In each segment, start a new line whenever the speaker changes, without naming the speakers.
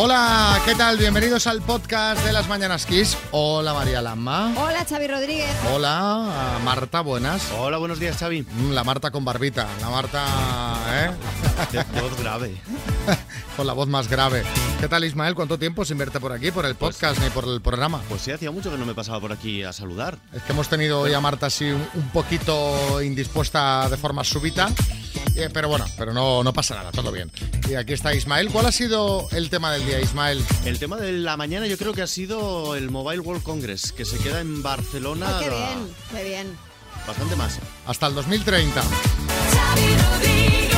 Hola, ¿qué tal? Bienvenidos al podcast de las Mañanas Kiss. Hola María Lama.
Hola, Xavi Rodríguez.
Hola a Marta, buenas.
Hola, buenos días, Xavi.
Mm, La Marta con barbita, la Marta ¿eh?
De voz grave.
con la voz más grave. ¿Qué tal Ismael? ¿Cuánto tiempo sin verte por aquí, por el podcast ni por el programa?
Pues sí, hacía mucho que no me pasaba por aquí a saludar.
Es que hemos tenido hoy a Marta así un un poquito indispuesta de forma súbita. Eh, pero bueno, pero no, no pasa nada, todo bien. Y aquí está Ismael. ¿Cuál ha sido el tema del día, Ismael?
El tema de la mañana yo creo que ha sido el Mobile World Congress, que se queda en
Pues
Barcelona
Oh, qué bien, qué bien.
bastante más.
Hasta el 2030.
Xavi Rodríguez,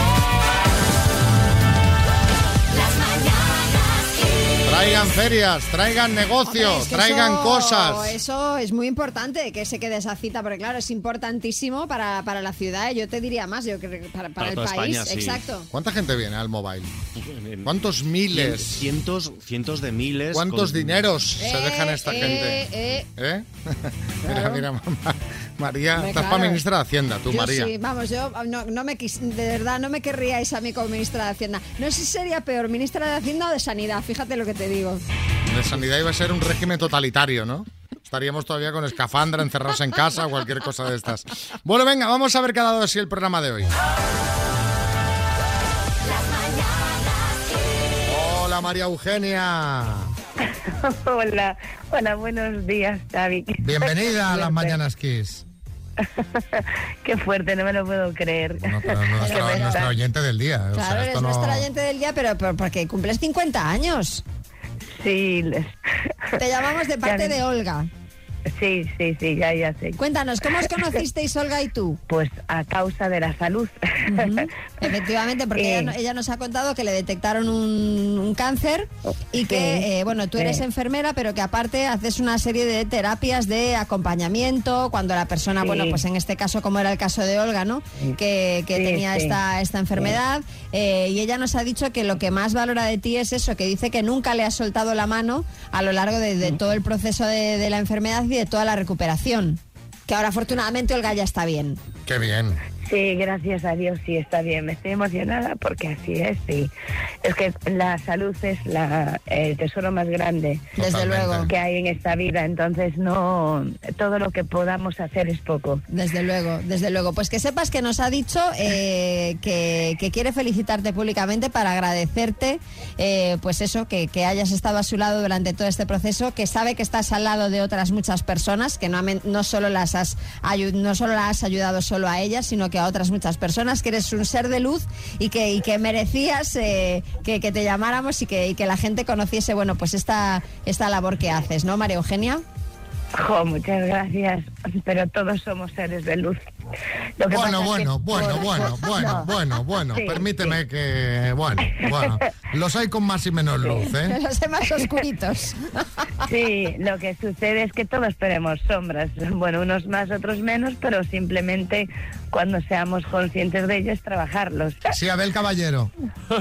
las mañanas Kiss.
Traigan ferias, traigan negocios,
Hombre, es que
traigan
eso-
cosas.
Eso es muy importante, que se quede esa cita, porque claro, es importantísimo para, para la ciudad, y yo te diría más, yo creo que para, para
Para
el
toda
país.
España, sí.
Exacto.
¿Cuánta gente viene al mobile? ¿Cuántos
Cien-
miles?
Cientos, cientos de miles.
¿Cuántos
con-
dineros se
Eh,
dejan esta
eh,
gente?
eh.
¿Eh?
Claro.
Mira, mira, mamá. María,
Hombre,
estás
claro.
para ministra de Hacienda, tú,
Yo
María.
sí, vamos, yo no, no me quis- de verdad no me querríais a mí como ministra de Hacienda. No sé si sería peor, ministra de Hacienda o de Sanidad, fíjate lo que te digo.
De sanidad iba a ser un régimen totalitario, ¿no? Estaríamos todavía con escafandra, encerrados en casa o cualquier cosa de estas. Bueno, venga, vamos a ver qué ha dado así el programa de hoy. Hola, María Eugenia.
Hola, hola, buenos días, David.
Bienvenida a las
Fuerte.
Mañanas Kiss.
Qué fuerte, no me lo puedo creer.
Bueno, pero nuestra,
Qué
nuestra
verdad.
oyente del día. o sea,
Claro, eres
esto no-
nuestra oyente del día, pero, pero porque cumples 50 años.
Sí, les-
Te llamamos de parte de Olga.
sí, sí, sí, ya, ya sé.
Cuéntanos, ¿cómo os conocisteis Olga y tú?
Pues a causa de la salud.
Efectivamente, porque
Eh.
ella, no- ella nos ha contado que le detectaron un, un cáncer y
Sí,
que, eh, bueno, tú eres
sí.
enfermera, pero que aparte haces una serie de terapias de acompañamiento cuando la persona,
Sí.
bueno, pues en este caso, como era el caso de Olga, ¿no? Que, que
Sí,
tenía
sí.
esta, esta enfermedad. eh, y ella nos ha dicho que lo que más valora de ti es eso, que dice que nunca le has soltado la mano a lo largo de,
Mm.
de todo el proceso de, de la enfermedad y de toda la recuperación. Que ahora afortunadamente Olga ya está bien.
Qué bien.
Sí, gracias a Dios, sí, está bien. Me estoy emocionada porque así es, sí. Es que la salud es la, el tesoro más grande
Desde
Totalmente.
luego.
que hay en esta vida, entonces no, todo lo que podamos hacer es poco.
Desde luego, desde luego. Pues que sepas que nos ha dicho eh, que, que quiere felicitarte públicamente para agradecerte, eh, pues eso, que, que hayas estado a su lado durante todo este proceso, que sabe que estás al lado de otras muchas personas, que no, ha men- no solo las has ayu- no solo la has ayudado solo a ellas, sino que a otras muchas personas, que eres un ser de luz y que, y que merecías eh, que, que te llamáramos y que, y que la gente conociese, bueno, pues esta, esta labor que haces, ¿no, María Eugenia?
Jo, muchas gracias, pero todos somos seres de luz. Lo que pasa es
Bueno,
que
bueno, bueno,
por-
bueno,
por-
bueno,
no.
bueno, bueno.
Sí,
Permíteme
sí.
que. Bueno, bueno. Los hay con más y menos luz, ¿eh?
Los demás oscuritos.
Sí, lo que sucede es que todos tenemos sombras, bueno, unos más, otros menos, pero simplemente cuando seamos conscientes de ellas, trabajarlos.
Sí, Abel Caballero.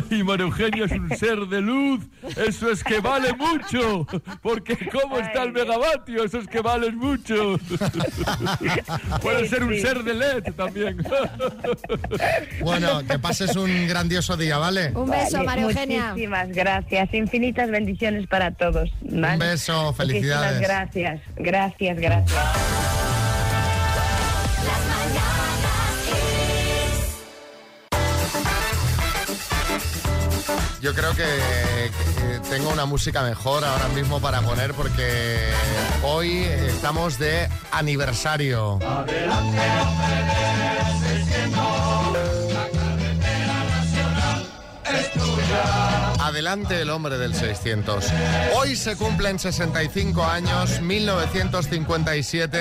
Ay, María Eugenia es un ser de luz. Eso es que vale mucho. Porque cómo está el
Ay, Dios.
megavatio, eso es que vale mucho. Puede ser un
sí.
ser de LED también.
Bueno, que pases un grandioso día, ¿vale?
Un beso,
Vale,
María Eugenia.
Muchísimas gracias, infinitas bendiciones para todos. ¿vale?
Un beso, felicidades.
Muchísimas gracias, gracias, gracias.
Las mañanas Kiss.
Yo creo que, que tengo una música mejor ahora mismo para poner porque hoy estamos de aniversario. Adelante el hombre del 600. Hoy se cumplen 65 años, 1957,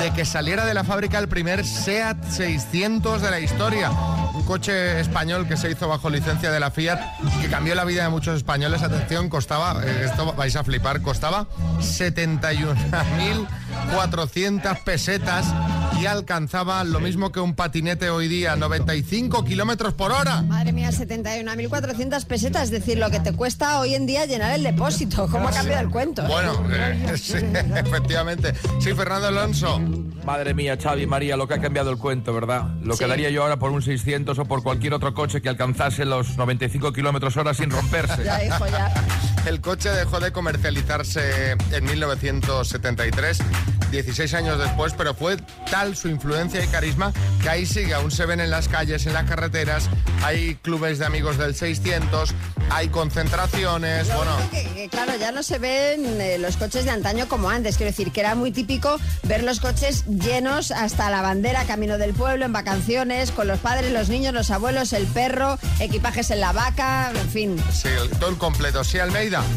de que saliera de la fábrica el primer SEAT 600 de la historia. Un coche español que se hizo bajo licencia de la Fiat, que cambió la vida de muchos españoles. Atención, costaba, eh, esto vais a flipar, costaba 71.400 pesetas y alcanzaba lo mismo que un patinete hoy día, 95 kilómetros por hora.
Madre mía, 71.400 pesetas, es decir, lo que te cuesta hoy en día llenar el depósito. ¿Cómo ha cambiado el cuento?
Bueno, eh, sí, efectivamente. Sí, Fernando Alonso.
Madre mía, Xavi, María, lo que ha cambiado el cuento, ¿verdad? Lo
Sí.
que daría yo ahora por un 600 o por cualquier otro coche que alcanzase los 95 kilómetros hora sin romperse.
Ya, hijo, ya.
El coche dejó de comercializarse en 1973, 16 años después, pero fue tal su influencia y carisma que ahí sigue, aún se ven en las calles, en las carreteras, hay clubes de amigos del 600, hay concentraciones,
Lo
bueno...
único que- que, claro, ya no se ven eh, los coches de antaño como antes. Quiero decir que era muy típico ver los coches llenos hasta la bandera, camino del pueblo, en vacaciones, con los padres, los niños, los abuelos, el perro, equipajes en la vaca, en fin.
Sí, el- todo el completo. Sí, Almeida.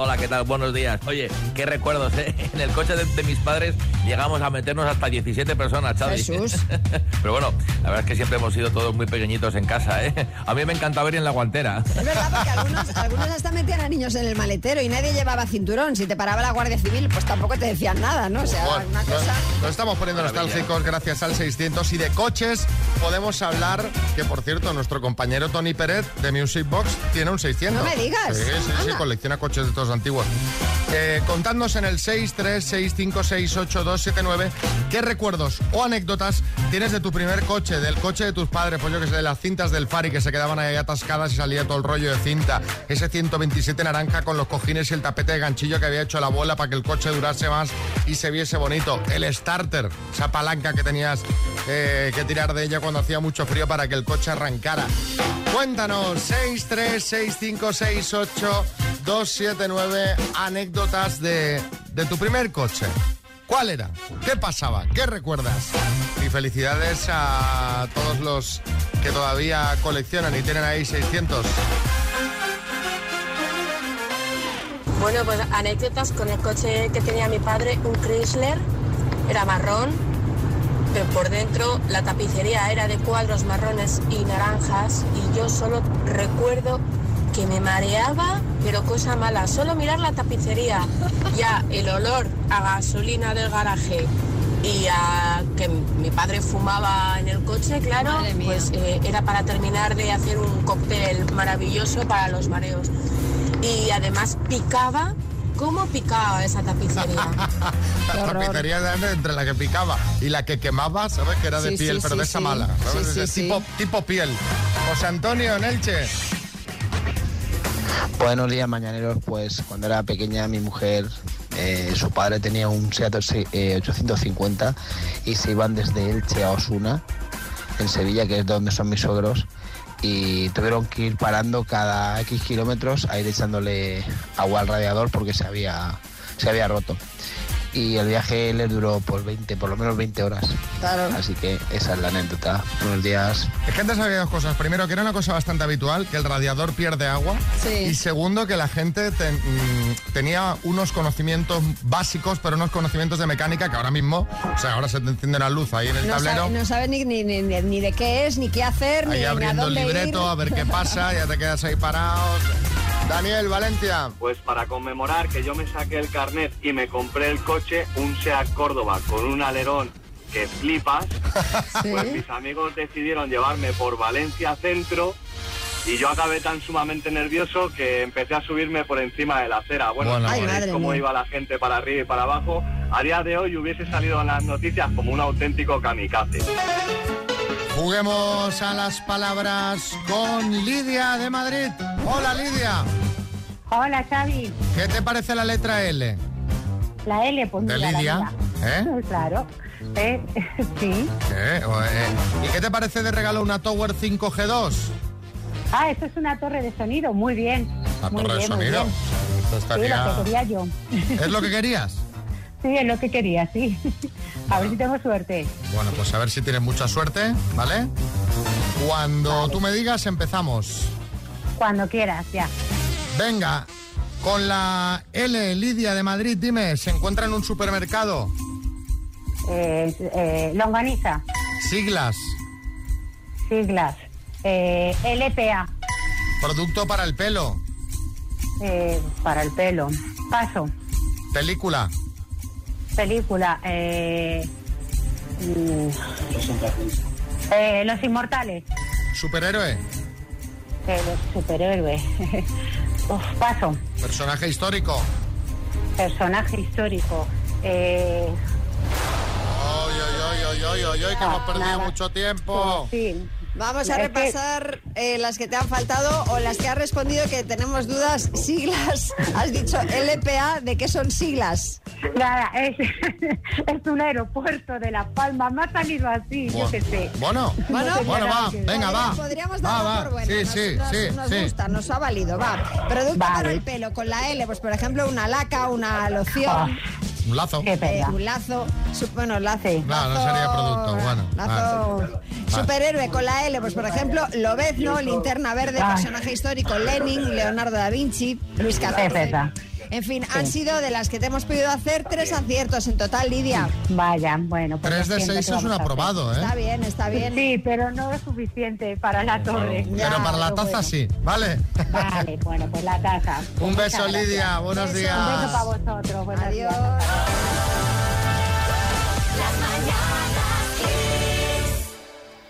Hola, ¿qué tal? Buenos días. Oye, qué recuerdos, ¿eh? En el coche de, de mis padres llegamos a meternos hasta 17 personas, Xavi.
Jesús.
Pero bueno, la verdad es que siempre hemos sido todos muy pequeñitos en casa, ¿eh? A mí me encantaba ir en la guantera.
Es verdad, porque algunos, algunos hasta metían a niños en el maletero y nadie llevaba cinturón. Si te paraba la Guardia Civil, pues tampoco te decían nada, ¿no? O sea,
Bueno,
una cosa...
nos, nos estamos poniendo
Maravilla.
nostálgicos gracias al 600 y de coches podemos hablar que, por cierto, nuestro compañero Tony Pérez de Music Box tiene un 600.
No me digas.
Sí, sí, sí,
Anda.
colecciona coches de estos antiguos. Eh, contadnos en el 636568279 qué recuerdos o anécdotas tienes de tu primer coche, del coche de tus padres, pues yo que sé, de las cintas del Fari que se quedaban ahí atascadas y salía todo el rollo de cinta, ese 127 naranja con los cojines y el tapete de ganchillo que había hecho la abuela para que el coche durase más y se viese bonito, el starter, esa palanca que tenías eh, que tirar de ella cuando hacía mucho frío para que el coche arrancara. Cuéntanos, 636568279, anécdotas de, de tu primer coche. ¿Cuál era? ¿Qué pasaba? ¿Qué recuerdas? Y felicidades a todos los que todavía coleccionan y tienen ahí 600.
Bueno, pues anécdotas con el coche que tenía mi padre, un Chrysler, era marrón, pero por dentro la tapicería era de cuadros marrones y naranjas y yo solo recuerdo que me mareaba, pero cosa mala, solo mirar la tapicería, ya el olor a gasolina del garaje y a que mi padre fumaba en el coche, claro,
Madre mía.
pues eh, era para terminar de hacer un cóctel maravilloso para los mareos. Y además picaba, ¿cómo picaba esa tapicería?
La
horror.
tapicería era entre la que picaba y la que quemaba, ¿sabes? Que era de
Sí,
piel,
sí,
pero
sí,
de esa
sí.
mala. ¿sabes?
Sí,
De
sí,
tipo, tipo piel. José Antonio, en Elche.
Buenos días, mañaneros. Pues cuando era pequeña, mi mujer, eh, su padre tenía un Seat ocho- eh, 850 y se iban desde Elche a Osuna, en Sevilla, que es donde son mis suegros, y tuvieron que ir parando cada X kilómetros a ir echándole agua al radiador porque se había, se había roto. Y el viaje les duró por 20, por lo menos 20 horas.
Claro.
Así que esa es la anécdota. Buenos días.
Es que antes había dos cosas. Primero, que era una cosa bastante habitual, que el radiador pierde agua.
Sí.
Y segundo, que la gente ten- mm, tenía unos conocimientos básicos, pero unos conocimientos de mecánica que ahora mismo, o sea, ahora se te enciende una luz ahí en el
No
tablero.
sabe, no sabe ni, ni- ni- ni de qué es, ni qué hacer, ni,
Ahí
ni a
abriendo el
dónde
libreto,
ir.
a ver qué pasa, ya te quedas ahí parado. Daniel, Valencia.
Pues para conmemorar que yo me saqué el carnet y me compré el coche, un SEAT Córdoba con un alerón que flipas,
Sí.
pues mis amigos decidieron llevarme por Valencia Centro y yo acabé tan sumamente nervioso que empecé a subirme por encima de la acera. Bueno,
Bueno,
Ay, madre
cómo
mía.
iba la gente para arriba y para abajo. A día de hoy hubiese salido en las noticias como un auténtico kamikaze.
Juguemos a las palabras con Lidia de Madrid. Hola, Lidia.
Hola, Xavi.
¿Qué te parece la letra L?
La L, pues
De
mira, la
Lidia.
mía.
¿Eh?
Claro. Eh, sí.
¿Qué? O, eh, ¿Y qué te parece de regalo una Tower 5G2?
Ah, eso es una torre de sonido. Muy bien.
La
Muy
torre de
bien, muy
sonido.
bien.
Esto
Sí,
estaría-
lo que quería yo.
¿Es lo que querías?
Sí, es lo que quería, sí. A ver si tengo suerte.
Bueno, pues a ver si tienes mucha suerte, ¿vale? Cuando tú me digas, empezamos.
Cuando quieras, ya.
Venga, con la L, Lidia de Madrid, dime, ¿se encuentra en un supermercado?
Eh, eh, longaniza,
Siglas,
siglas. Eh, LPA,
producto para el pelo,
eh, para el pelo. Paso,
película,
película. eh, mm, eh, los inmortales,
superhéroe,
eh, los superhéroes. Uf, paso,
personaje histórico.
personaje histórico. Eh,
¡Oy, oy, oy, oy, oy, oy, oy, que hemos perdido
nada.
mucho tiempo!
Sí,
Vamos a
Es que-
repasar eh, las que te han faltado o las que has respondido que tenemos dudas. Siglas. Has dicho LPA, ¿de qué son siglas?
Nada, es, es un aeropuerto de La Palma. Me ha salido así, yo qué sé.
Bueno,
No
pues
tenía
bueno,
nada
va,
que-
venga, va.
Podríamos
Va,
darlo
va.
por bueno.
Sí,
nos,
sí,
nos-
sí,
nos
sí.
gusta, nos ha valido, va. Producto para el pelo, con la L, pues por ejemplo, una laca, una loción,
Un lazo.
eh, un lazo, su- bueno, lazo.
No, no sería producto, bueno.
Lazo. Superhéroe con la L, pues por ejemplo, Lobezno, Linterna Verde,
Ah.
Ay.
personaje histórico, Lenin, Leonardo da Vinci, Luis XIV.
Perfecta.
En fin, han sido de las que te hemos podido hacer tres aciertos en total, Lidia.
Vaya, bueno. Pues
Tres de
siento
seis
que
es un
vamos a hacer.
aprobado, ¿eh?
Está bien, está bien.
Sí, pero no es suficiente para la torre.
Pero para la taza sí, ¿vale?
Vale, bueno, pues la taza.
Un
Muchas
beso,
gracias.
Lidia, buenos
Un beso
días.
para vosotros. buenos
Adiós.
días.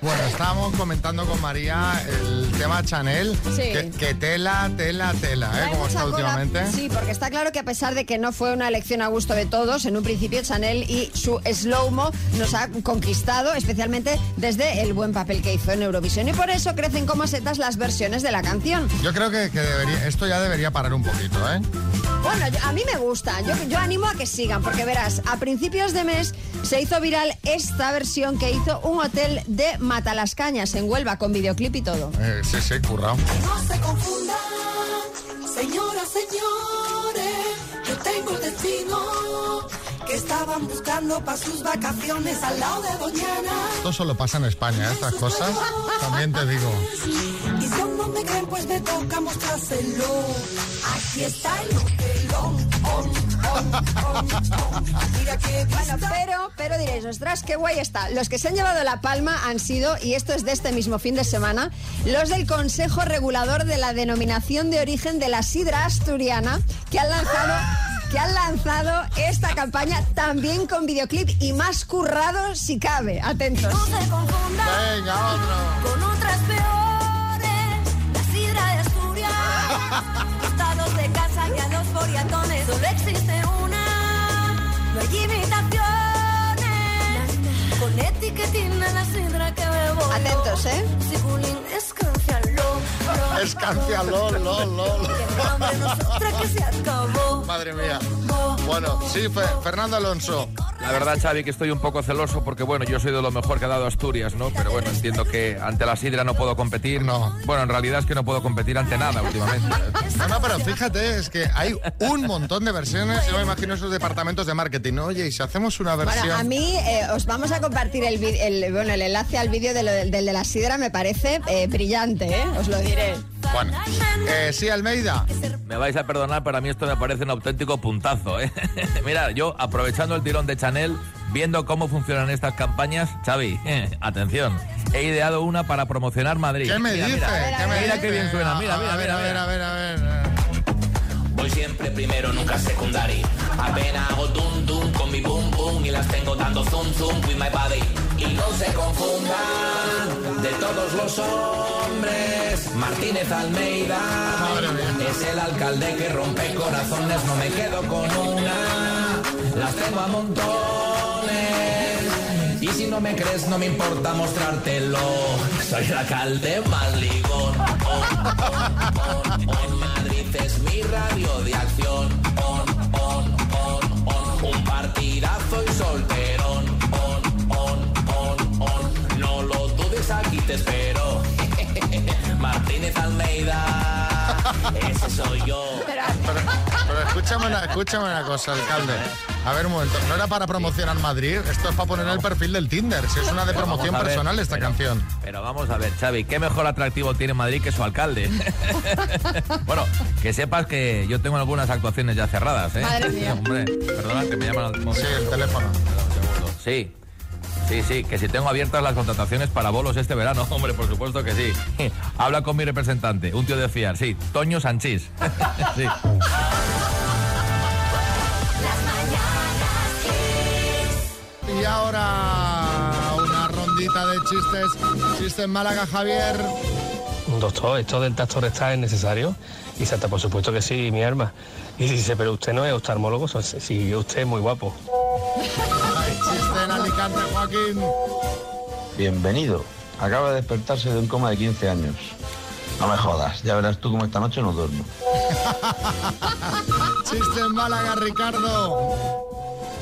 Bueno, estábamos comentando con María el tema Chanel.
Sí.
Que, que tela, tela, tela, ¿eh?
Hay
Como
mucha
está
cola,
últimamente.
Sí, porque está claro que a pesar de que no fue una elección a gusto de todos, en un principio Chanel y su slow-mo nos ha conquistado, especialmente desde el buen papel que hizo en Eurovisión. Y por eso crecen como setas las versiones de la canción.
Yo creo que, que debería, esto ya debería parar un poquito, ¿eh?
Bueno, yo- a mí me gusta, yo, yo animo a que sigan, porque verás, a principios de mes se hizo viral esta versión que hizo un hotel de Matalascañas en Huelva, con videoclip y todo.
Eh, sí, sí, currao.
No se confundan, señoras, señores. Yo tengo el destino que estaban buscando para sus vacaciones al lado de Doñana.
Esto solo pasa en España, ¿eh? estas cosas. También te digo.
Y si aún no me creen, pues me toca mostrárselo. Aquí está el hotelón. on, on, on, on. Mira que
Bueno, pero, pero diréis, ostras, qué guay está. Los que se han llevado la palma han sido, y esto es de este mismo fin de semana, los del Consejo Regulador de la Denominación de Origen de la Sidra Asturiana, que han lanzado que han lanzado esta campaña también con videoclip y más currado si cabe. Atentos.
Venga, otro.
Con otras peores, la sidra de Asturias. Gusta a los de casa y a los foriatones. Solo existe una, no hay imitaciones. Con etiquetina la sidra que bebo. yo.
Atentos, ¿eh?
Si Julín es cancialón.
Es cancialón, lol, lol.
que se acabó.
Madre mía. Bueno, sí, Fe- Fernando Alonso.
La verdad, Xavi, que estoy un poco celoso porque, bueno, yo soy de lo mejor que ha dado Asturias, ¿no? Pero bueno, entiendo que ante la sidra no puedo competir. No. Bueno, en realidad es que no puedo competir ante nada últimamente.
No, no, pero fíjate, es que hay un montón de versiones. Yo me imagino esos departamentos de marketing. Oye, y si hacemos una versión.
Bueno, a mí eh, os vamos a compartir el, vi- el- bueno, el enlace al vídeo de lo del, del de la sidra, me parece eh, brillante, ¿eh? Os lo diré.
Bueno, eh, sí, Almeida.
Me vais a perdonar, pero a mí esto me parece un auténtico puntazo, ¿eh? Mira, yo aprovechando el tirón de Chanel, viendo cómo funcionan estas campañas, Xavi, eh, atención, he ideado una para promocionar Madrid.
¿Qué me
Mira,
dices?
Mira,
¿Qué me
mira
dices?
qué bien suena, mira,
A
mira,
ver,
mira.
a ver,
mira.
a ver, a ver, a ver.
Voy siempre primero, nunca secundario. Apenas hago dum dum con mi boom boom y las tengo dando zoom zoom with my body. Y no se confundan de todos los hombres. Martínez Almeida es el alcalde que rompe corazones. No me quedo con una, las tengo a montones. Y si no me crees, no me importa mostrártelo. Soy el alcalde más ligón. En Madrid es mi radio de acción. On, on, on, on. Un partidazo y solterón. On, on, on, on. No lo dudes, aquí te espero. Martínez Almeida, ese soy yo.
Pero, pero escúchame, una, escúchame una cosa, alcalde. A ver, un momento. ¿No era para promocionar Madrid? Esto es para poner el perfil del Tinder. Si es una de
Pero vamos
promoción
a ver,
personal esta
pero-
canción.
Pero vamos a ver, Xavi, ¿qué mejor atractivo tiene Madrid que su alcalde? bueno, que sepas que yo tengo algunas actuaciones ya cerradas, ¿eh?
Madre mía.
Hombre, perdona, que me llaman al móvil.
Sí, el teléfono.
Sí. Sí, sí, que si tengo abiertas las contrataciones para bolos este verano, hombre, por supuesto que sí. Habla con mi representante, un tío de fiar, sí, Toño Sanchís. sí.
Y ahora una rondita de chistes. Chistes Málaga, Javier.
Doctor, ¿esto del tacto rectal es necesario? Y Santa, por supuesto que sí, mi arma. Y dice, pero usted no es oftalmólogo, so- sí, usted es muy guapo.
Chiste en Alicante, Joaquín.
Bienvenido.
Acaba de despertarse de un coma de 15 años. No me jodas, ya verás tú cómo esta noche no duermo.
Chiste en Málaga, Ricardo.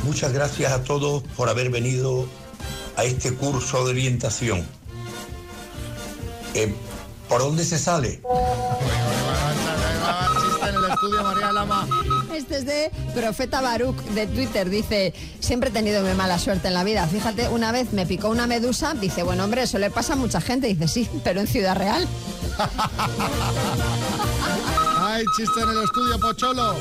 Muchas gracias a todos por haber venido a este curso de orientación. Eh, ¿Por dónde se sale?
Chiste en el estudio, María Lama.
Este es de Profeta Baruch de Twitter. Dice, siempre he tenido mi mala suerte en la vida. Fíjate, una vez me picó una medusa. Dice, bueno, hombre, eso le pasa a mucha gente. Dice, sí, pero en Ciudad Real.
Ay, chiste en el estudio, Pocholo.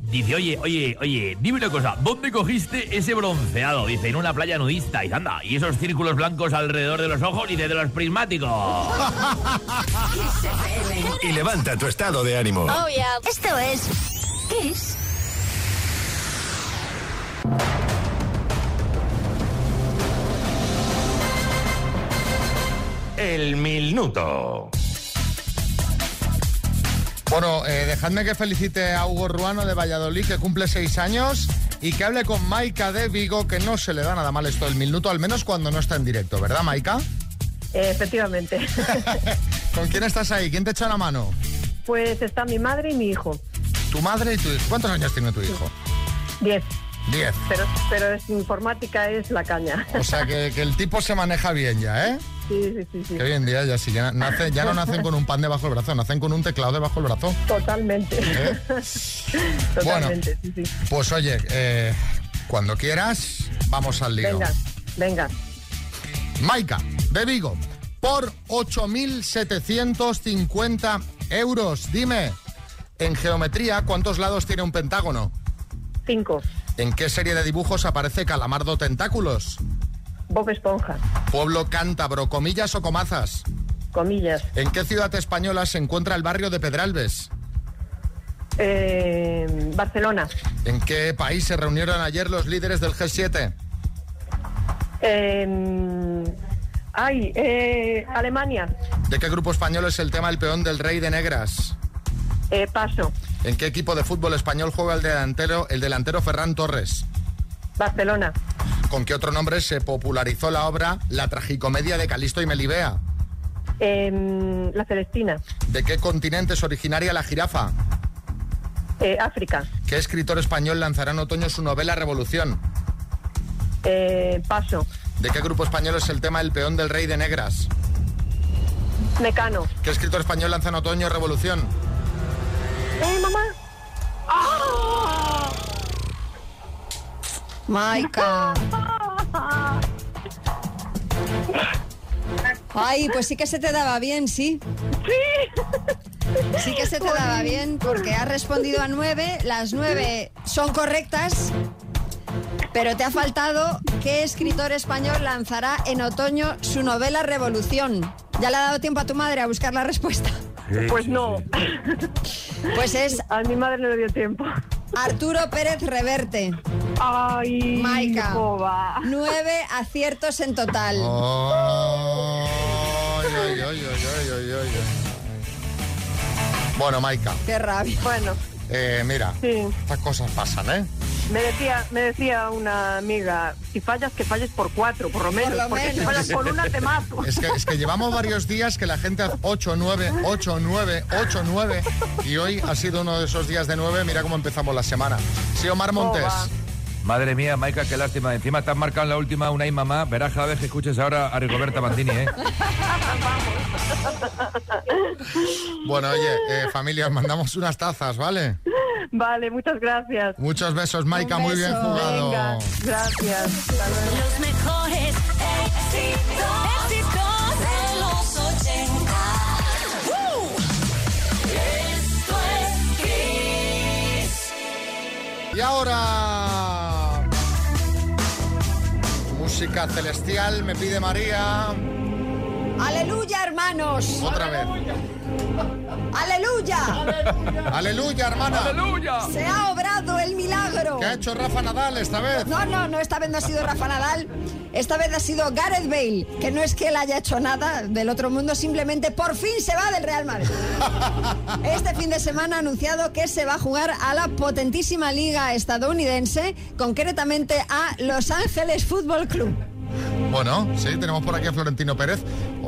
Dice, oye, oye, oye, dime una cosa, ¿dónde cogiste ese bronceado? Dice, en una playa nudista. Y anda, ¿y esos círculos blancos alrededor de los ojos? Dice, de los prismáticos.
Y levanta tu estado de ánimo.
Ah,
Oh, yeah. Esto es Kiss.
El minuto.
Bueno, eh, dejadme que felicite a Hugo Ruano de Valladolid, que cumple seis años, y que hable con Maika de Vigo, que no se le da nada mal esto del minuto, al menos cuando no está en directo, ¿verdad, Maika?
Eh, Efectivamente.
¿Con quién estás ahí? ¿Quién te echa la mano?
Pues está mi madre y mi hijo.
Tu madre y tu hijo. ¿Cuántos años tiene tu hijo?
Diez.
Diez.
Pero, pero es, informática es la caña.
O sea que, que el tipo se maneja bien ya, ¿eh?
Sí, sí, sí. sí.
Que hoy en día ya, sí, ya, nace- ya no nacen con un pan debajo del brazo, nacen con un teclado debajo del brazo.
Totalmente.
¿Eh?
Totalmente, sí, sí.
Pues oye, eh, cuando quieras, vamos al lío.
Venga, venga.
Maika, de Vigo, por 8.750 euros. Dime, en geometría, ¿cuántos lados tiene un pentágono?
Cinco.
¿En qué serie de dibujos aparece Calamardo Tentáculos?
Bob Esponja.
Pueblo cántabro, comillas o comazas.
Comillas.
¿En qué ciudad española se encuentra el barrio de Pedralbes?
Eh, Barcelona.
¿En qué país se reunieron ayer los líderes del G7?
Eh, ay, eh, Alemania.
¿De qué grupo español es el tema El peón del rey de negras?
Eh, paso.
¿En qué equipo de fútbol español juega el delantero, el delantero Ferran Torres?
Barcelona.
¿Con qué otro nombre se popularizó la obra La tragicomedia de Calisto y Melibea?
Eh, la Celestina.
¿De qué continente es originaria la jirafa?
Eh, África.
¿Qué escritor español lanzará en otoño su novela Revolución?
Eh, paso.
¿De qué grupo español es el tema El peón del rey de negras?
Mecano.
¿Qué escritor español lanza en otoño Revolución?
Eh, mamá. ¡Ah!
Maika. Ay, pues sí que se te daba bien, sí.
Sí.
Sí que se te daba bien porque has respondido a nueve, las nueve son correctas, pero te ha faltado qué escritor español lanzará en otoño su novela Revolución. ¿Ya le ha dado tiempo a tu madre a buscar la respuesta?
Pues no.
Pues es...
A mi madre no le dio tiempo.
Arturo Pérez Reverte.
Ay,
Maika.
boba.
Nueve aciertos en total.
Oh. Ay, ay, ay, ay, ay, ay, ay, ay. Bueno, Maika,
Qué rabia.
Bueno,
eh, mira,
sí.
estas cosas pasan, ¿eh?
Me decía, me decía una amiga, si fallas, que falles por cuatro, por lo menos.
lo
porque si
menos.
fallas por una, te mato.
Es que, es que llevamos varios días que la gente hace 8, 9, 8, 9, 8, 9. Y hoy ha sido uno de esos días de 9. Mira cómo empezamos la semana. Sí, Omar Montes.
Madre mía, Maika, qué lástima. Encima te has marcado en la última una y mamá. Verás cada vez que escuches ahora a Rigoberta Bandini, ¿eh?
Bueno, oye, eh, familia, os mandamos unas tazas, ¿vale?
Vale, muchas gracias.
Muchos besos, Maika. Muy bien
beso.
jugado.
Venga, gracias. Hasta luego.
Los mejores éxitos, éxitos de los 80. ¡Uh! Esto es Kiss.
Y ahora. Música celestial, me pide María.
Aleluya, hermanos.
Otra vez.
Aleluya.
Aleluya, hermana.
Se ha obrado el milagro.
¿Qué ha hecho Rafa Nadal esta vez?
No, no, no, esta vez no ha sido Rafa Nadal. Esta vez ha sido Gareth Bale, que no es que él haya hecho nada del otro mundo, simplemente por fin se va del Real Madrid. Este fin de semana ha anunciado que se va a jugar a la potentísima liga estadounidense, concretamente a Los Ángeles Fútbol Club.
Bueno, sí, tenemos por aquí a Florentino Pérez.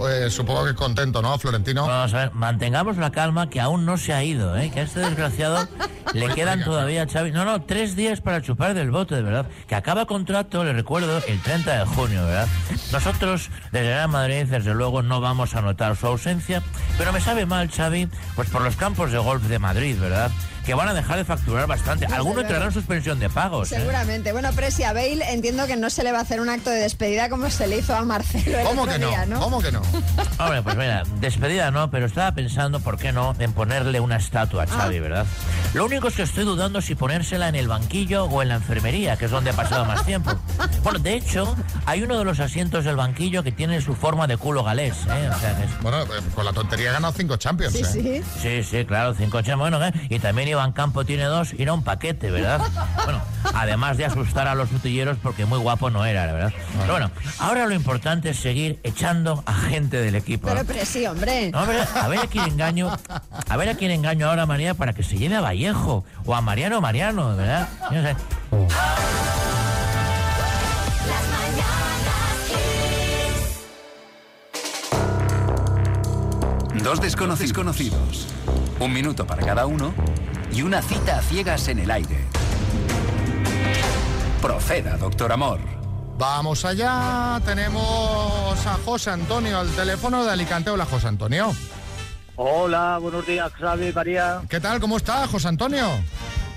Eh, supongo que contento, ¿no, Florentino?
Vamos a ver, mantengamos la calma que aún no se ha ido, ¿eh? que a este desgraciado
Pues
le quedan todavía, Xavi, no, no, tres días para chupar del bote, de verdad, que acaba contrato, le recuerdo, el 30 de junio, ¿verdad? Nosotros, desde Real Madrid, desde luego no vamos a notar su ausencia, pero me sabe mal, Xavi, pues por los campos de golf de Madrid, ¿verdad? Que van a dejar de facturar bastante.
Desde
Algunos
luego.
entrarán en suspensión de pagos. ¿eh?
Seguramente. Bueno, Presi, a Bale entiendo que no se le va a hacer un acto de despedida como se le hizo a Marcelo. el
¿Cómo
otro
que no?
día,
¿Cómo que no?
Hombre, pues mira, despedida no, pero estaba pensando, ¿por qué no?, en ponerle una estatua a
Ah.
Xavi, ¿verdad? Lo único es que estoy dudando si ponérsela en el banquillo o en la enfermería, que es donde ha pasado más tiempo. Bueno, de hecho, hay uno de los asientos del banquillo que tiene su forma de culo galés, ¿eh? O sea, que es...
Bueno, con la tontería ha ganado cinco Champions, Sí, ¿eh? sí.
Sí, sí, claro, cinco Champions, bueno, ¿eh? Y también Iván Campo tiene dos y no un paquete, ¿verdad? Bueno, además de asustar a los utilleros porque muy guapo no era, la verdad. Pero bueno, ahora lo importante es seguir echando a gente del equipo. ¿no?
Pero Presi, hombre.
No, hombre, a ver a quién engaño. A ver a quién engaño ahora, María, para que se lleve a Vallejo o a Mariano Mariano, ¿verdad? Yo no sé.
Dos desconocidos conocidos. Un minuto para cada uno y una cita a ciegas en el aire. Proceda, doctor Amor.
Vamos allá, tenemos a José Antonio al teléfono de Alicante. Hola, José Antonio.
Hola, buenos días, Xavi, María.
¿Qué tal? ¿Cómo está, José Antonio?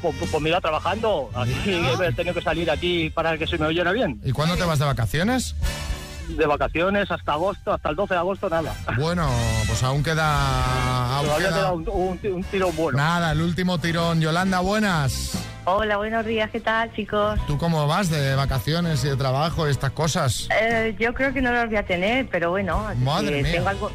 Pues, pues- pues me iba trabajando, así
Ah.
que he tenido que salir aquí para que se me oyera bien.
¿Y cuándo te vas de vacaciones?
De vacaciones hasta agosto, hasta el 12 de agosto, nada.
Bueno, pues aún queda... aún
Todavía
queda-
queda un, un- un tirón bueno.
Nada, el último tirón. Yolanda, buenas.
Hola, buenos días, ¿qué tal, chicos?
¿Tú cómo vas de vacaciones y de trabajo y estas cosas?
Eh, yo creo que no los voy a tener, pero bueno,
Madre
si
mía.
tengo algo...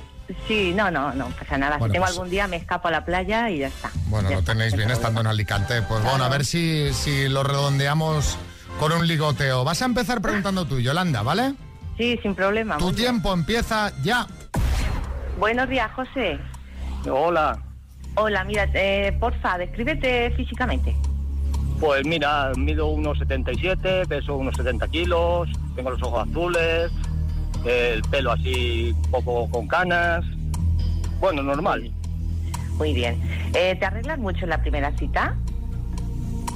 Sí, no, no, no pasa nada.
Bueno,
si tengo
pues-
algún día me escapo a la playa y ya está.
Bueno,
Ya
lo
está,
tenéis
no hay
bien
problema.
estando en Alicante. Pues bueno, a ver si, si lo redondeamos con un ligoteo. Vas a empezar preguntando tú, Yolanda, ¿vale?
Sí, sin problema.
Tu tiempo empieza ya.
Buenos días, José.
Hola.
Hola, mira, eh, porfa, descríbete físicamente.
Pues mira, mido 1,77, peso unos 70 kilos, tengo los ojos azules, el pelo así un poco con canas. Bueno, normal.
Muy bien. Eh, ¿Te arreglas mucho en la primera cita?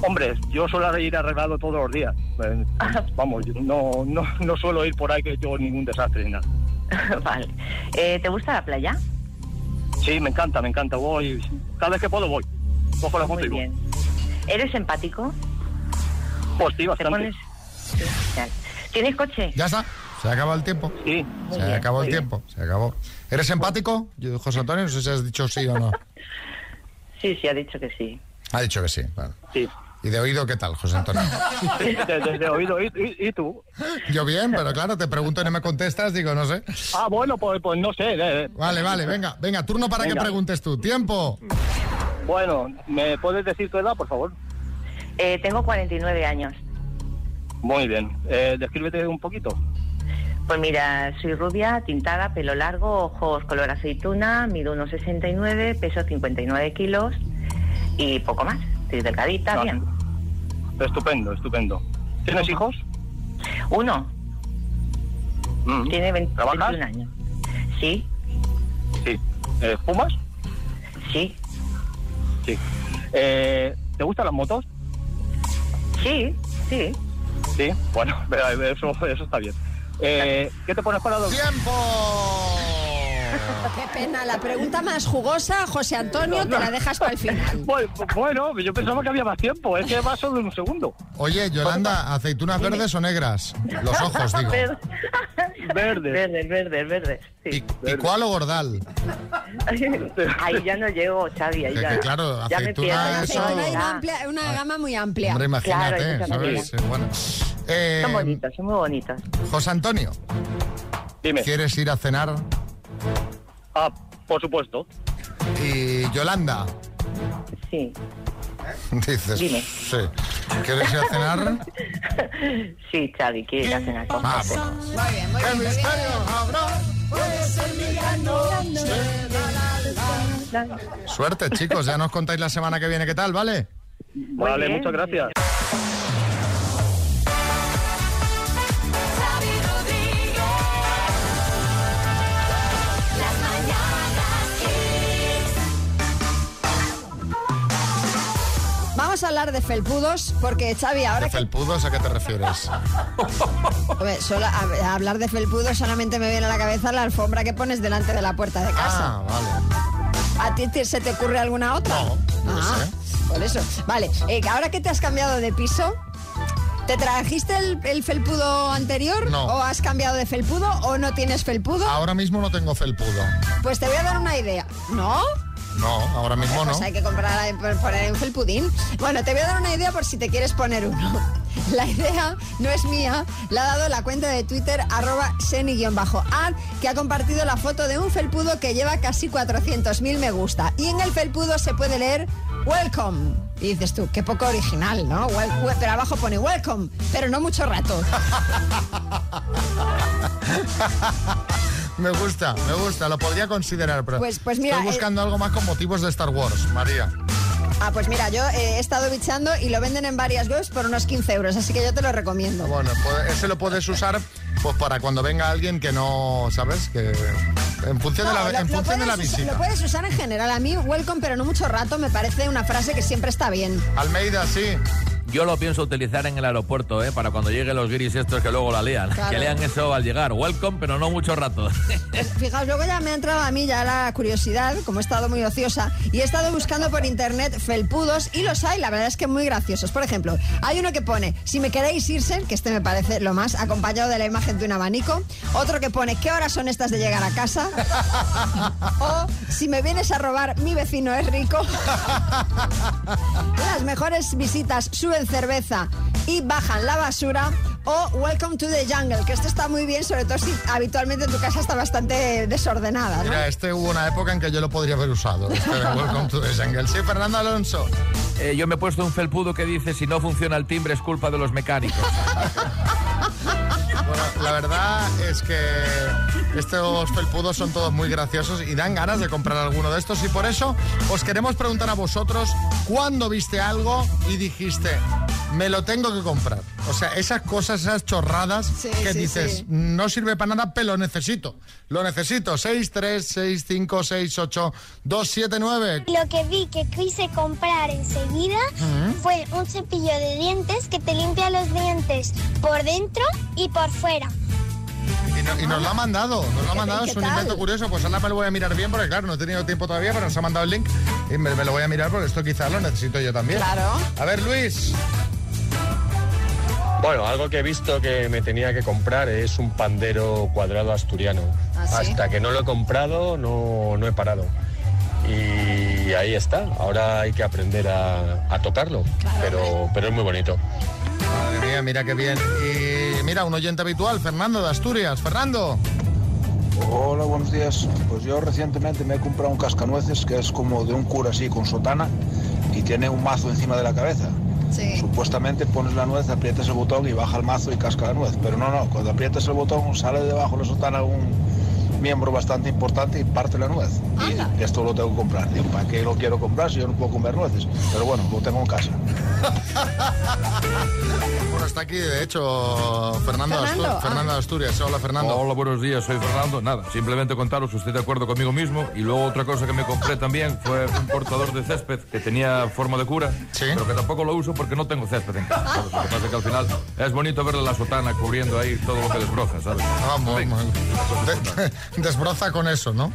Hombre, yo suelo ir arreglado todos los días. Eh, Vamos, yo no, no, no suelo ir por ahí que yo ningún desastre ni nada.
vale. Eh, ¿Te gusta la playa?
Sí, me encanta, me encanta. Voy, cada vez que puedo voy. Cojo la moto y voy.
¿Eres empático?
Pues sí, bastante.
pones- ¿Tienes coche?
Ya está. Se acaba el tiempo.
Sí.
Se
bien,
acabó
muy
el
bien.
tiempo. Se acabó. ¿Eres empático, Yo- José Antonio? No sé si has dicho sí o no.
Sí, sí, ha dicho que sí.
Ha dicho que sí. vale.
Sí.
¿Y de oído qué tal, José Antonio?
Desde oído, ¿y, y- y tú?
Yo bien, pero claro, te pregunto y no me contestas, digo, no sé.
Ah, bueno, pues, pues no sé. eh.
Vale, vale, venga, venga, turno para que
Venga.
preguntes tú. Tiempo.
Bueno, ¿me puedes decir tu edad, por favor?
Eh, tengo 49 años.
Muy bien. Eh, descríbete un poquito.
Pues mira, soy rubia, tintada, pelo largo, ojos color aceituna, mido 1,69, peso 59 kilos y poco más. Estoy delgadita,
Ah,
bien.
Estupendo, estupendo. ¿Tienes hijos?
Uno,
Mm.
tiene 20
¿Trabajas?
21 años. Sí,
Sí. Eh, ¿Fumas?
Sí.
Sí. Eh, ¿Te gustan las motos?
sí, sí.
Sí. Bueno, eso, eso está bien. Eh, ¿Qué te pones para dos?
¡Tiempo!
Qué pena, la pregunta más jugosa, José Antonio, te la dejas para el final.
Bueno, yo pensaba que había más tiempo. Es que va solo un segundo.
Oye,
Pues,
Yolanda, ¿aceitunas verdes o negras? Los ojos, digo.
Verde.
Verdes.
Verdes, verdes, verdes. Sí.
¿Picual o gordal?
Ahí ya no llego, Xavi, ahí
Que-
ya.
que claro,
ya me
aceituna
pierdo.
es- Eso-
Aceituna hay una, amplia- una gama muy amplia.
Ah. Hombre, imagínate,
Claro, hay muchas
¿sabes?
maneras.
Eh, bueno. Eh,
Son bonitos, son muy bonitos.
José Antonio. ¿Quieres ir a cenar?
Ah, por supuesto.
Y Yolanda.
Sí.
Dices.
Dime.
Sí. ¿Quieres ir a cenar?
Sí, Xavi, quiere ir a cenar con
Ah,
nosotros.
Muy
bien, muy bien.
El misterio habrá.
Puede ser mi gran noche. La, la, la, la.
Suerte, chicos. Ya nos contáis la semana que viene qué tal, ¿vale?
Vale, muchas gracias.
Xavi Rodríguez.
hablar de felpudos porque, Xavi, ahora
¿De felpudos a qué te refieres?
Hombre, solo a- a hablar de felpudo solamente me viene a la cabeza la alfombra que pones delante de la puerta de casa.
Ah, vale.
¿A ti te- se te ocurre alguna otra?
no
Ah, Por eso. Vale, eh, ahora que te has cambiado de piso, ¿te trajiste el, el felpudo anterior?
No. Ah.
¿O has cambiado de felpudo o no tienes felpudo?
Ahora mismo no tengo felpudo.
Pues te voy a dar una idea. ¿No?
No, ahora mismo no.
Pues hay que comprar, poner un felpudín. Bueno, te voy a dar una idea por si te quieres poner uno. La idea no es mía, la ha dado la cuenta de Twitter arroba seni-ad, que ha compartido la foto de un felpudo que lleva casi 400.000 me gusta. Y en el felpudo se puede leer Welcome. Y dices tú, qué poco original, ¿no? Wel- wel- pero abajo pone Welcome, pero no mucho rato.
Me gusta, me gusta, lo podría considerar, pero
Pues- pues mira,
estoy buscando algo más con motivos de Star Wars, María.
Ah, pues mira, yo eh, he estado bichando y lo venden en varias webs por unos 15 euros, así que yo te lo recomiendo.
Bueno, pues ese lo puedes usar pues para cuando venga alguien que no, ¿sabes? Que en función
No,
de la,
lo-
en
lo
función de la
puedes usar-
visita.
Lo puedes usar en general. A mí, welcome, pero no mucho rato, me parece una frase que siempre está bien.
Almeida, sí.
Yo lo pienso utilizar en el aeropuerto, ¿eh? Para cuando lleguen los guiris estos que luego la lean.
Claro.
Que lean eso al llegar. Welcome, pero no mucho rato.
Eh, Fijaos, luego ya me ha entrado a mí ya la curiosidad, como he estado muy ociosa, y he estado buscando por internet felpudos, y los hay, la verdad es que muy graciosos. Por ejemplo, hay uno que pone, si me queréis irse, que este me parece lo más, acompañado de la imagen de un abanico. Otro que pone, ¿qué horas son estas de llegar a casa? o, si me vienes a robar, mi vecino es rico. Las mejores visitas suben cerveza y bajan la basura. O Welcome to the Jungle, que esto está muy bien, sobre todo si habitualmente tu casa está bastante desordenada. ¿no?
Mira, este hubo una época en que yo lo podría haber usado. Este de Welcome to the Jungle. Sí, Fernando Alonso.
Eh, yo me he puesto un felpudo que dice, si no funciona el timbre es culpa de los mecánicos.
Bueno, la verdad es que estos felpudos son todos muy graciosos y dan ganas de comprar alguno de estos y por eso os queremos preguntar a vosotros cuándo viste algo y dijiste me lo tengo que comprar. O sea, esas cosas, esas chorradas que
sí,
dices
sí.
no sirve para nada, pero lo necesito. Lo necesito. 6, 3, 6, 5, 6, 8, 2, 7, 9.
Lo que vi que quise comprar enseguida
Ujú.
fue un cepillo de dientes que te limpia los dientes por dentro y por fuera.
Y, no- y nos lo ha mandado, nos lo ha mandado, es un invento curioso. Pues ahora me lo voy a mirar bien porque, claro, no he tenido tiempo todavía, pero nos ha mandado el link y me, me lo voy a mirar porque esto quizás lo necesito yo también.
Claro.
A ver, Luis.
Bueno, algo que he visto que me tenía que comprar es un pandero cuadrado asturiano.
¿Ah, sí?
Hasta que no lo he comprado no, no he parado. Y ahí está. Ahora hay que aprender a, a tocarlo. Pero, pero es muy bonito.
Madre mía, mira qué bien. Y mira, un oyente habitual, Fernando de Asturias. Fernando.
Hola, buenos días. Pues yo recientemente me he comprado un cascanueces que es como de un cura así con sotana y tiene un mazo encima de la cabeza. Supuestamente pones la nuez, aprietas el botón y baja el mazo y casca la nuez. Pero no, no, cuando aprietas el botón sale debajo de la sotana un miembro bastante importante y parte la nuez. Y esto lo tengo que comprar. Digo, ¿Para qué lo quiero comprar si yo no puedo comer nueces? Pero bueno, lo tengo en casa.
Bueno, está aquí, de hecho, Fernando, de
Fernando,
Astur-
ah.
Fernando de Asturias. Hola, Fernando.
Hola, buenos días, soy Fernando. Nada, simplemente contaros que estoy de acuerdo conmigo mismo. Y luego otra cosa que me compré también fue un portador de césped que tenía forma de cura, pero que tampoco lo uso porque no tengo césped en casa. ¿sabes? Lo que pasa es que al final es bonito verle la sotana cubriendo ahí todo lo que desbroza, ¿sabes?
Vamos, desbroza con eso, ¿no?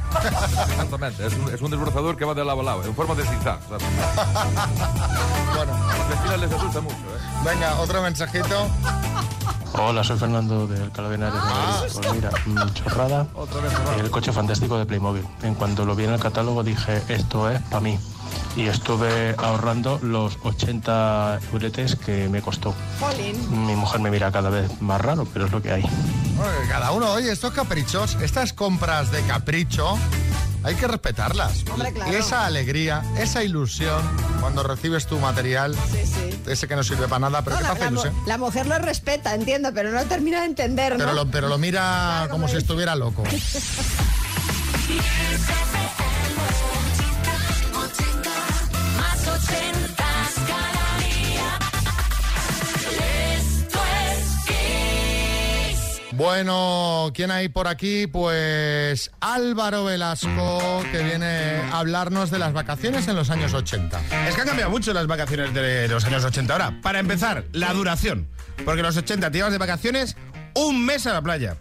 Exactamente, es un, es un desbrozador que va de lado a lado, en forma de zigzag, ¿sabes?
Bueno,
al final les asusta mucho, ¿eh?
Venga, otro mensajito.
Hola, soy Fernando del Calavera de
Ah.
Madrid. Pues mira, mm, chorrada. El coche fantástico de Playmobil. En cuanto lo vi en el catálogo dije, esto es para mí. Y estuve ahorrando los 80 euretes que me costó. Mi mujer me mira cada vez más raro, pero es lo que hay.
Bueno, que cada uno, oye, estos caprichos, estas compras de capricho, hay que respetarlas.
Hombre, claro.
Y esa alegría, esa ilusión, cuando recibes tu material, ese que no sirve para nada, pero
No,
que te
la,
hace
la mu-
ilusión.
la mujer lo respeta, entiendo, pero no termina de entender, ¿no?
Pero lo, pero lo mira como si estuviera loco.
Más ochentas cada día. Esto es Kiss.
Bueno, ¿quién hay por aquí? Pues Álvaro Velasco, que viene a hablarnos de las vacaciones en los años 80.
Es que han cambiado mucho las vacaciones de los años 80 ahora. Para empezar, la duración. Porque en los 80 te ibas de vacaciones un mes a la playa.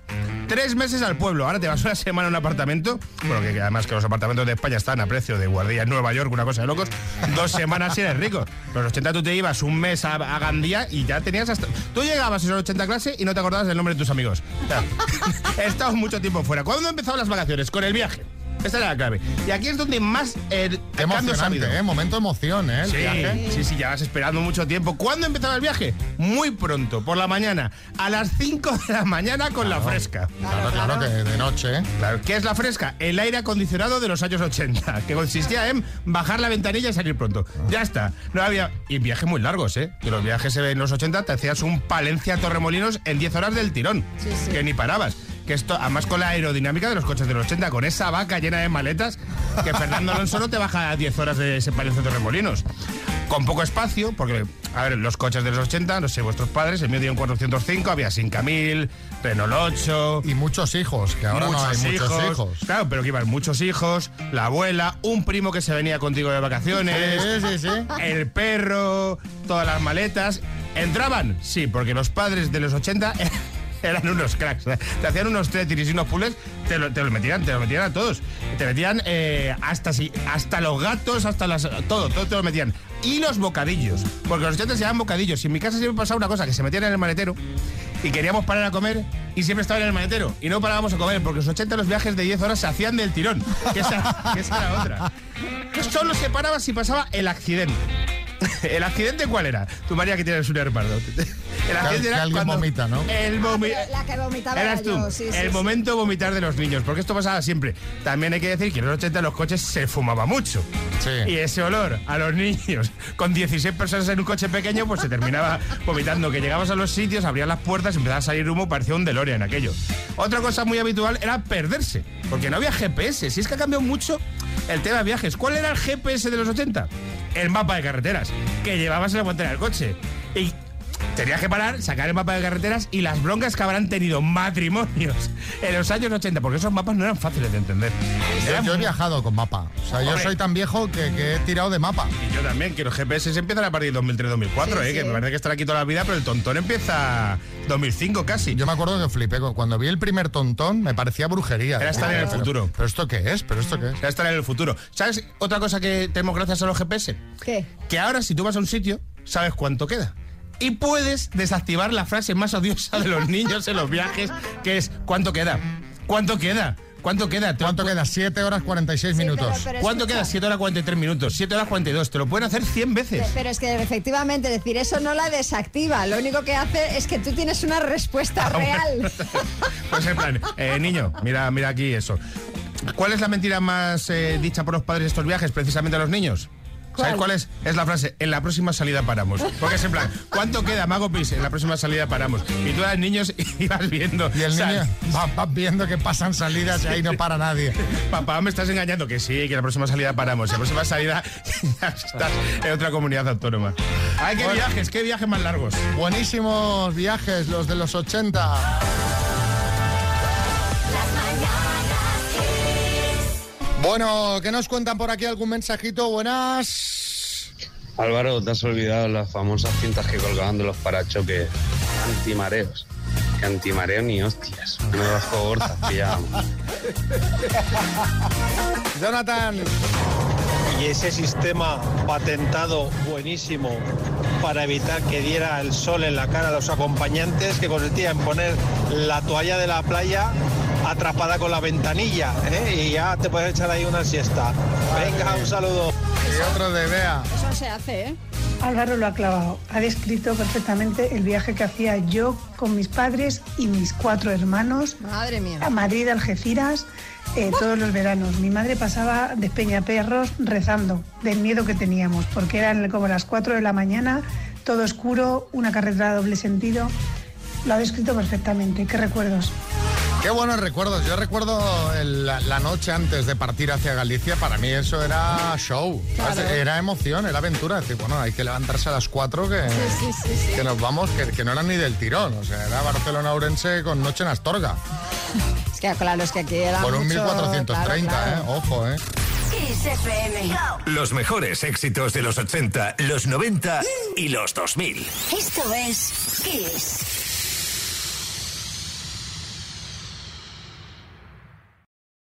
Tres meses al pueblo, ahora te vas una semana a un apartamento. Bueno, que que además que los apartamentos de España están a precio de guardia en Nueva York, una cosa de locos. Dos semanas si eres rico. Los 80 tú te ibas un mes a, a Gandía y ya tenías hasta. Tú llegabas a esos 80 clase y no te acordabas del nombre de tus amigos. O sea, He estado mucho tiempo fuera. ¿Cuándo empezaron las vacaciones? Con el viaje. Esa era la clave. Y aquí es donde más el cambio
emocionante, ¿eh? Momento emoción, ¿eh? El
sí,
viaje.
sí, sí, ya vas esperando mucho tiempo. ¿Cuándo empezaba el viaje? Muy pronto, por la mañana. A las 5 de la mañana con la fresca.
Claro, claro, que de noche. ¿eh?
Claro, ¿qué es la fresca? El aire acondicionado de los años 80, que consistía en bajar la ventanilla y salir pronto.
Ah.
Ya está. No había... Y viajes muy largos, ¿eh? Que los viajes en los 80 te hacías un Palencia-Torremolinos en 10 horas del tirón. Que ni parabas. Que esto, además con la aerodinámica de los coches de los 80, con esa vaca llena de maletas, que Fernando Alonso no te baja a 10 horas de ese Palencia-Torremolinos. Con poco espacio, porque, a ver, los coches de los 80, no sé, vuestros padres, el mío dio un 405, había 5000, Renault 8.
Y muchos hijos, que ahora no hay muchos hijos.
Claro, pero que iban muchos hijos, la abuela, un primo que se venía contigo de vacaciones,
Sí, sí, sí.
el perro, todas las maletas. ¿Entraban? Sí, porque los padres de los 80 eran unos cracks. Te hacían unos tetris y unos puzzles, te, lo- te los metían, te los metían a todos. Te metían eh, hasta, si- hasta los gatos, hasta las... Todo, todo te lo metían. Y los bocadillos, porque los 80 se llaman bocadillos. Y en mi casa siempre pasaba una cosa, que se metían en el maletero y queríamos parar a comer y siempre estaban en el maletero. Y no parábamos a comer, porque los 80 los viajes de 10 horas se hacían del tirón. Que esa, que esa era otra. Solo se paraba si pasaba el accidente. ¿El accidente cuál era? Tú, María, que tienes un hermano. El
Que- que alguien vomita, ¿no?
El vomi-
La que vomitaba
Eras
era
tú.
yo, sí, sí,
el
sí.
momento de vomitar de los niños, porque esto pasaba siempre. También hay que decir que en los 80 los coches se fumaba mucho. Y ese olor a los niños, con 16 personas en un coche pequeño, pues se terminaba vomitando. Que llegabas a los sitios, abrías las puertas, y empezaba a salir humo, parecía un DeLorean aquello. Otra cosa muy habitual era perderse, porque no había GPS. Si es que ha cambiado mucho el tema de viajes. ¿Cuál era el GPS de los 80? El mapa de carreteras, que llevabas en la guantera del coche. Y Tenías que parar, sacar el mapa de carreteras y las broncas que habrán tenido matrimonios en los años 80, porque esos mapas no eran fáciles de entender.
Yo, yo he viajado con mapa. O sea, yo
Hombre.
soy tan viejo que, que he tirado de mapa.
Y yo también, que los GPS se empiezan a partir de 2003-2004,
Sí,
eh, que
sí.
me parece que estará aquí toda la vida, pero el tontón empieza 2005 casi.
Yo me acuerdo que flipé. cu- Cuando vi el primer tontón, me parecía brujería.
Era estar en el
Pero-
futuro.
¿Pero esto qué es? ¿Pero esto qué es?
Era estar en el futuro. ¿Sabes otra cosa que tenemos gracias a los GPS?
¿Qué?
Que ahora si tú vas a un sitio, sabes cuánto queda. Y puedes desactivar la frase más odiosa de los niños en los viajes, que es ¿cuánto queda? ¿Cuánto queda? ¿Cuánto queda? ¿Cuánto
queda? 7 horas 46
minutos.
pero
¿Cuánto
escucha.
queda? 7 horas 43 minutos. 7 horas 42. Te lo pueden hacer 100 veces.
Pero es que efectivamente decir eso no la desactiva, lo único que hace es que tú tienes una
Ah,
respuesta real.
Ah, Pues en plan, eh, niño, mira, mira aquí eso. ¿Cuál es la mentira más eh, dicha por los padres de estos viajes, precisamente a los niños? ¿Sabes
¿Cuál?
cuál es? Es la frase, en la próxima salida paramos. Porque es en plan, ¿cuánto queda, Mago Pis? En la próxima salida paramos. Y tú eras niños y vas viendo.
Y el niño va, va viendo que pasan salidas y ahí no para nadie.
Papá, me estás engañando. Que sí, que la próxima salida paramos. La próxima salida ya estás en otra comunidad autónoma. ¡Ay, qué
Bueno.
viajes! ¡Qué viajes más largos!
Buenísimos viajes, los de los 80. Bueno, ¿qué nos cuentan por aquí? ¿Algún mensajito? Buenas.
Álvaro, te has olvidado las famosas cintas que colgaban de los parachoques antimareos. Que antimareo ni hostias. No me bajo gordas, pillábamos.
Jonathan.
Y ese sistema patentado buenísimo para evitar que diera el sol en la cara a los acompañantes que consistía en poner la toalla de la playa atrapada con la ventanilla ¿eh? y ya te puedes echar ahí una siesta. Venga, un saludo.
Y otro de Bea.
Eso se hace, ¿eh?
Álvaro lo ha clavado. Ha descrito perfectamente el viaje que hacía yo con mis padres y mis cuatro hermanos a Madrid, Algeciras, eh, todos los veranos. Mi madre pasaba de Peñaperros rezando del miedo que teníamos, porque eran como las 4 de la mañana, todo oscuro, una carretera a doble sentido. Lo ha descrito perfectamente. ¿Qué recuerdos?
Qué buenos recuerdos. Yo recuerdo el- la, la noche antes de partir hacia Galicia. Para mí eso era show.
Claro.
Era emoción, era aventura. Decir, bueno, hay que levantarse a las 4 que,
Sí, sí, sí, sí.
que nos vamos, que, que no era ni del tirón. O sea, era Barcelona-Ourense con noche en Astorga.
Es que claro, es que aquí era
por un
mucho-
1430,
claro, claro.
¿eh? Ojo, ¿eh?
Kiss FM.
Los mejores éxitos de los 80, los 90 y los 2000.
Esto es Kiss.